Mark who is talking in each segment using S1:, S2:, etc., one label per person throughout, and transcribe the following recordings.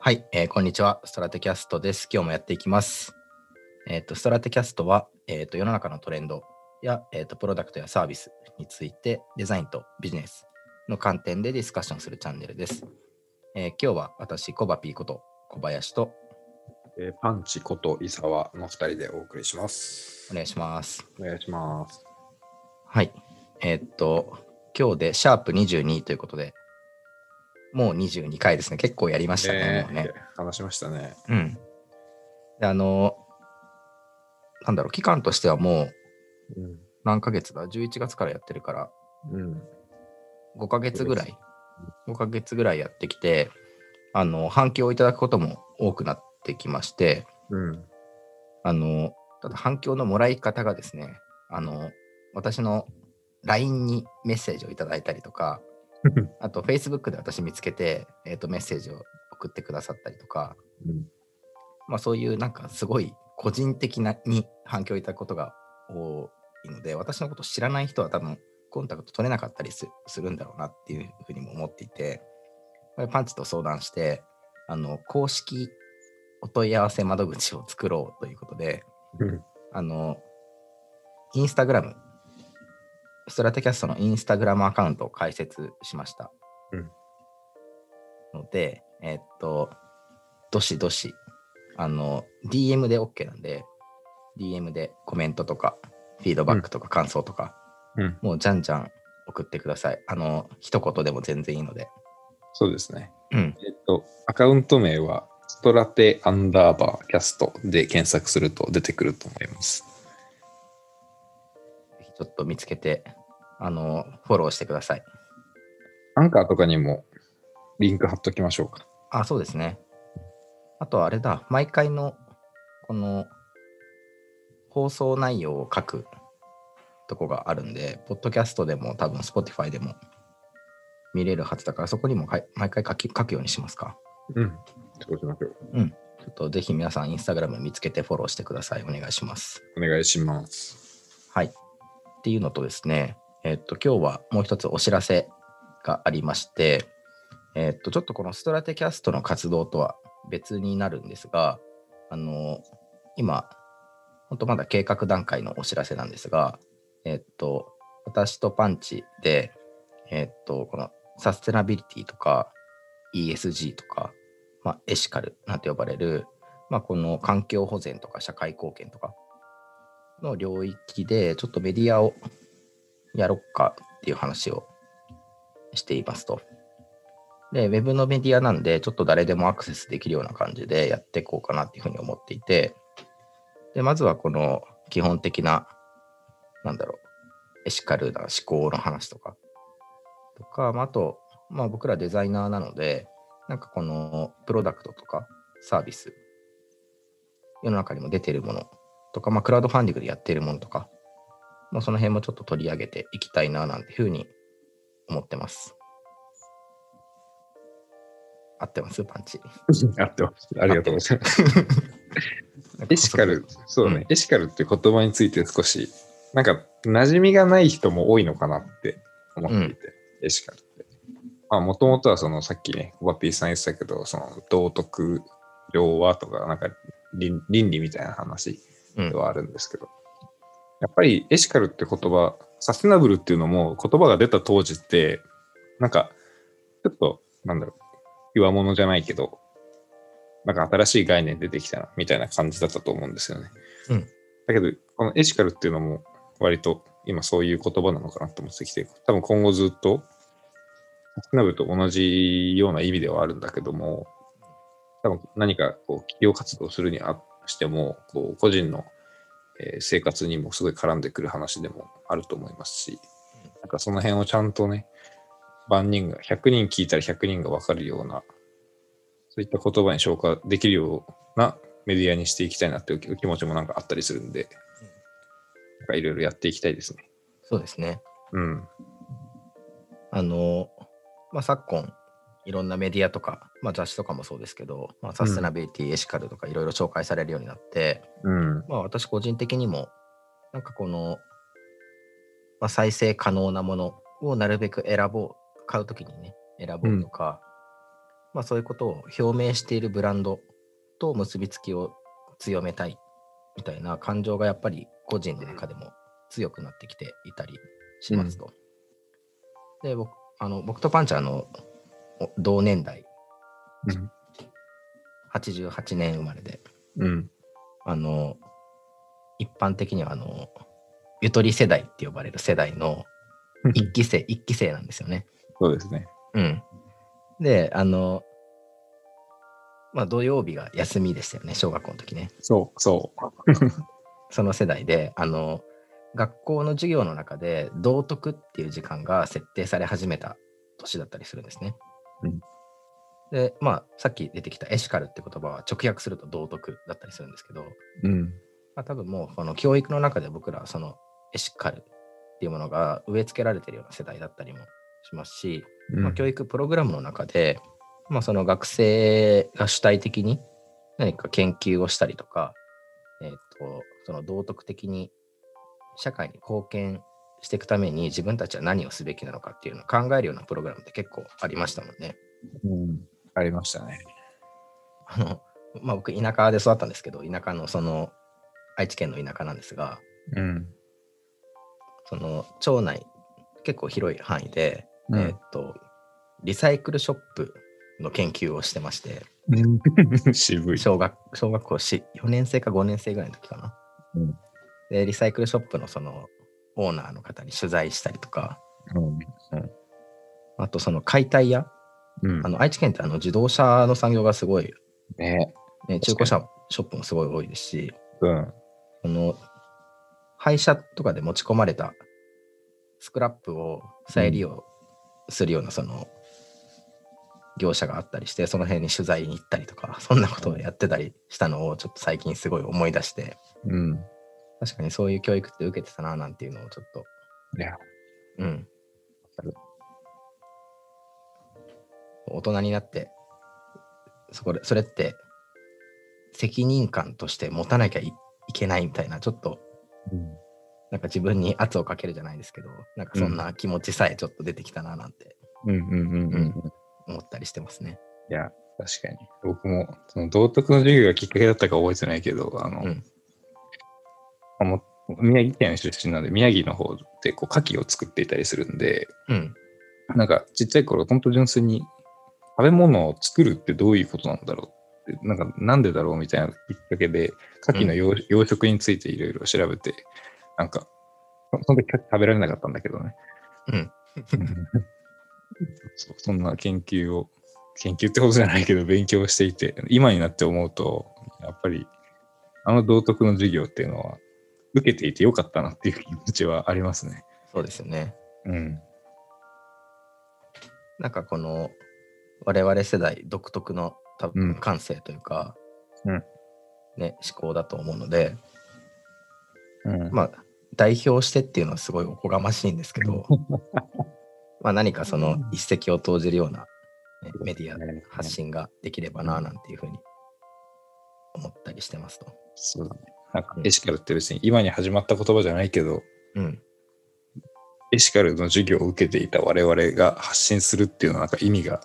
S1: はい、えーこんにちは。ストラテキャストです。今日もやっていきます。えっ、と、ストラテキャストは、えっ、と、世の中のトレンドや、えっ、と、プロダクトやサービスについて、デザインとビジネスの観点でディスカッションするチャンネルです。えー今日は私、コバピーこと小林と
S2: えーパンチこと伊沢の2人でお送りします。
S1: お願いします。
S2: お願いします。
S1: はい。えーっと、今日でシャープ22ということで、もう22回ですね。結構やりましたね。もうね
S2: えー話しましたね。
S1: うん。で、あの、なんだろう、期間としてはもう
S2: うん。
S1: 何ヶ月だ ?11 月からやってるから、
S2: うん。
S1: 5ヶ月ぐらい、5ヶ月ぐらいやってきて、あの、反響をいただくことも多くなってきまして、
S2: うん。
S1: あの、ただ反響のもらい方がですね、あの、私の LINE にメッセージをいただいたりとか、あと Facebook で私見つけて、えっ、と、メッセージを送ってくださったりとか、
S2: うん
S1: まあそういうなんかすごい個人的なに反響をいただくことが多いので、私のこと知らない人は多分コンタクト取れなかったりすするんだろうなっていうふうにも思っていて、これパンチと相談して、あの、公式お問い合わせ窓口を作ろうということで、
S2: うん
S1: あの、インスタグラム、ストラテキャストのインスタグラムアカウントを開設しました。
S2: うん
S1: ので、えっと、どしどし、あの、DM で OK なんで、DM でコメントとか、フィードバックとか感想とか、
S2: うん。
S1: もうじゃんじゃん送ってください。あの、一言でも全然いいので。
S2: そうですね。
S1: うん。
S2: えっと、アカウント名は、ストラテアンダーバーキャストで検索すると出てくると思います。
S1: ぜひちょっと見つけて、あの、フォローしてください。
S2: アンカーとかにもリンク貼っときましょうか。
S1: あ、そうですね。あとはあれだ、毎回のこの放送内容を書くとこがあるんで、ポッドキャストでも多分 Spotify でも見れるはずだから、そこにもかい毎回書き書くようにしますか。
S2: うん。そうしましょう。
S1: ちょっとぜひ皆さん、インスタグラム見つけてフォローしてください。お願いします。
S2: お願いし ます。
S1: はい。っていうのとですね、えっと、今日はもう一つお知らせがありまして、えっと、ちょっとこのストラテキャストの活動とは別になるんですが、あの、今、本当まだ計画段階のお知らせなんですが、えっと、私とパンチで、えっと、このサステナビリティとか ESG とか、まあ、エシカルなんて呼ばれる、まあ、この環境保全とか社会貢献とかの領域でちょっとメディアをやろっかっていう話をしていますと。で、ウェブのメディアなんで、ちょっと誰でもアクセスできるような感じでやっていこうかなっていうふうに思っていて、で、まずはこの基本的な、なんだろう、エシカルな思考の話とか、とか、まあ、あと、まあ僕らデザイナーなので、なんかこのプロダクトとかサービス、世の中にも出てるものとか、まあ、クラウドファンディングでやっているものとか、まあ、その辺もちょっと取り上げていきたいな、なんていうふうに思ってます。合ってますパンチ。
S2: 合ってます。ありがとうございます。エシカル。、そうね、
S1: うん
S2: エシカルって言葉について少し、なんか、馴染みがない人も多いのかなって思っていて、エシカルって。まあ、もともとは、その、さっきね、コバピーさん言ってたけど、その、道徳、両和とか、なんか倫、倫理みたいな話
S1: うん
S2: で、はあるんですけど、やっぱりエシカルって言葉、サステナブルっていうのも言葉が出た当時って、なんか、ちょっと、なんだろう、弱者じゃないけど、なんか新しい概念出てきたな、みたいな感じだったと思うんですよね。
S1: うん
S2: だけど、このエシカルっていうのも、割と今そういう言葉なのかなと思ってきて、多分今後ずっと、サステナブルと同じような意味ではあるんだけども、多分何かこう企業活動するにあしても、こう個人のえー生活にもすごい絡んでくる話でもあると思いますし、なんかその辺をちゃんとね、万人が、100人聞いたら100人が分かるような、そういった言葉に消化できるようなメディアにしていきたいなっていう気持ちもなんかあったりするんで、なんかいろいろやっていきたいですね。
S1: そうですね。
S2: うん。
S1: あの、まあ、昨今、いろんなメディアとか、まあ、雑誌とかもそうですけど、まあ、サステナビリティ、エシカルとかいろいろ紹介されるようになって、
S2: うん。
S1: まあ、私個人的にも、なんかこの、まあ、再生可能なものをなるべく選ぼう、買うときにね、選ぼうとか、まあ、そういうことを表明しているブランドと結びつきを強めたいみたいな感情がやっぱり個人の中でも強くなってきていたりしますと。で僕あの僕とパンチャーのお同年代
S2: うん
S1: 88年生まれで
S2: うん。
S1: あの一般的にはあのゆとり世代って呼ばれる世代の一期生一期生なんですよね。
S2: そうですね。
S1: うん、であのまあ土曜日が休みでしたよね小学校の時ね。
S2: そう、そう。
S1: その世代であの学校の授業の中で道徳っていう時間が設定され始めた年だったりするんですね。
S2: うん
S1: でまあさっき出てきたエシカルって言葉は直訳すると道徳だったりするんですけど、
S2: うん。
S1: まあ、多分もうこの教育の中で僕らはそのエシカルっていうものが植え付けられてるような世代だったりもしますし、
S2: うん
S1: まあ、教育プログラムの中で、まあ、その学生が主体的に何か研究をしたりとか、えー、とその道徳的に社会に貢献していくために自分たちは何をすべきなのかっていうのを考えるようなプログラムって結構ありましたもんね。
S2: うんありましたね。
S1: あのまあ、僕田舎で育ったんですけど田舎のその愛知県の田舎なんですが
S2: うん。
S1: その町内結構広い範囲で、
S2: うん
S1: えー、とリサイクルショップの研究をしてまして。
S2: 渋い。
S1: 小学小学校し4年生か5年生ぐらいの時かな、
S2: うん
S1: でリサイクルショップのそのオーナーの方に取材したりとか
S2: うん。
S1: あとその解体屋
S2: うん
S1: あの愛知県ってあの自動車の産業がすごい、
S2: ね。
S1: ね、中古車ショップもすごい多いですし
S2: うん。
S1: この廃車とかで持ち込まれたスクラップを再利用するようなその業者があったりしてその辺に取材に行ったりとかそんなことをやってたりしたのをちょっと最近すごい思い出して
S2: うん。
S1: 確かにそういう教育って受けてたななんていうのをちょっと、
S2: いや、
S1: うん
S2: かる。
S1: 大人になって、そこで、それって責任感として持たなきゃいいけないみたいな、ちょっと
S2: うん
S1: なんか自分に圧をかけるじゃないですけど、なんかそんな気持ちさえちょっと出てきたななんて
S2: うんうんうんうん。
S1: 思ったりしてますね。
S2: いや、確かに。僕も、その道徳の授業がきっかけだったか覚えてないけど、あの、
S1: うん
S2: あも宮城県出身なんで、宮城の方でこう牡蠣を作っていたりするんで、
S1: うん。
S2: なんかちっちゃい頃、本当純粋に食べ物を作るってどういうことなんだろうって、なんかなんでだろうみたいなきっかけで、牡蠣の養,、養殖についていろいろ調べて、なんか、そその時牡蠣食べられなかったんだけどね。
S1: うん。
S2: そそんな研究を、研究ってことじゃないけど、勉強していて、今になって思うと、やっぱり、あの道徳の授業っていうのは、受けていてよかったなっていう気持ちはありますね。
S1: そうですよね。
S2: うん。
S1: なんかこの我々世代独特の多
S2: うん
S1: 分感性というか、
S2: うん
S1: ね、思考だと思うので、
S2: うん
S1: まあ、代表してっていうのはすごいおこがましいんですけ ど、まあ何かその一石を投じるようなね、メディア発信ができればななんていうふうに思ったりしてますと。
S2: そうだね。なんかエシカルって別に今に始まった言葉じゃないけど、
S1: うん、
S2: エシカルの授業を受けていた我々が発信するっていうのはなんか意味が、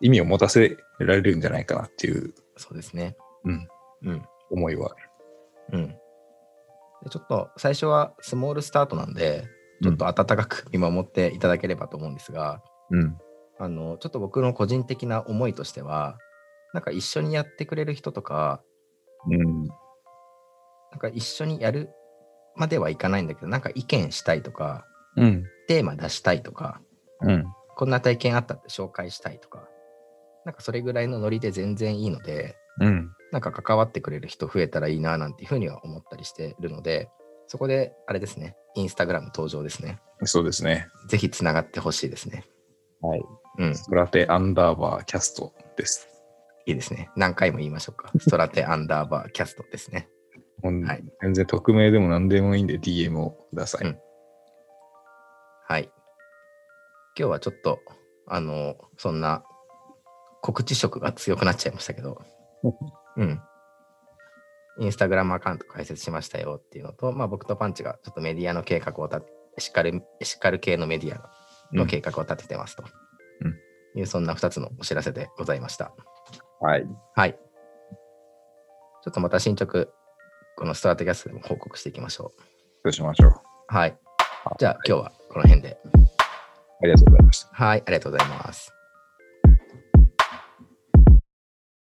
S2: 意味を持たせられるんじゃないかなっていう、
S1: そうですね。
S2: うん、
S1: うん、
S2: 思いはある。
S1: うん。でちょっと最初はスモールスタートなんで、ちょっと温かく見守っていただければと思うんですが、
S2: うん。
S1: あのちょっと僕の個人的な思いとしてはなんか一緒にやってくれる人とか
S2: うん。
S1: なんか一緒にやるまではいかないんだけどなんか意見したいとか
S2: うん。
S1: テーマ出したいとか
S2: うん。
S1: こんな体験あったって紹介したいとかなんかそれぐらいのノリで全然いいので
S2: うん。
S1: なんか関わってくれる人増えたらいいななんていうふうには思ったりしてるのでそこであれですねインスタグラム登場ですね
S2: そうですね。
S1: ぜひつながってほしいですね
S2: はい。
S1: うん
S2: ストラテアンダーバーキャストです。
S1: いいですね何回も言いましょうかストラテアンダーバーキャストですね
S2: ほん
S1: はい
S2: 全然匿名でも何でもいいんで DM をください。
S1: うんはい。今日はちょっと、あの、そんな告知色が強くなっちゃいましたけど、うん。インスタグラムアカウント開設しましたよっていうのと、まあ僕とパンチがちょっとメディアの計画を立て、エシカル、エシカル系のメディアの計画を立ててますと。
S2: う
S1: い
S2: ん
S1: うそんな2つのお知らせでございました。
S2: はい。
S1: はい。ちょっとまた進捗、このストラテキャストでも報告していきましょう。
S2: そうしましょう。
S1: はい。じゃあ今日はこの辺で。
S2: ありがとうございました。
S1: はい、ありがとうございます。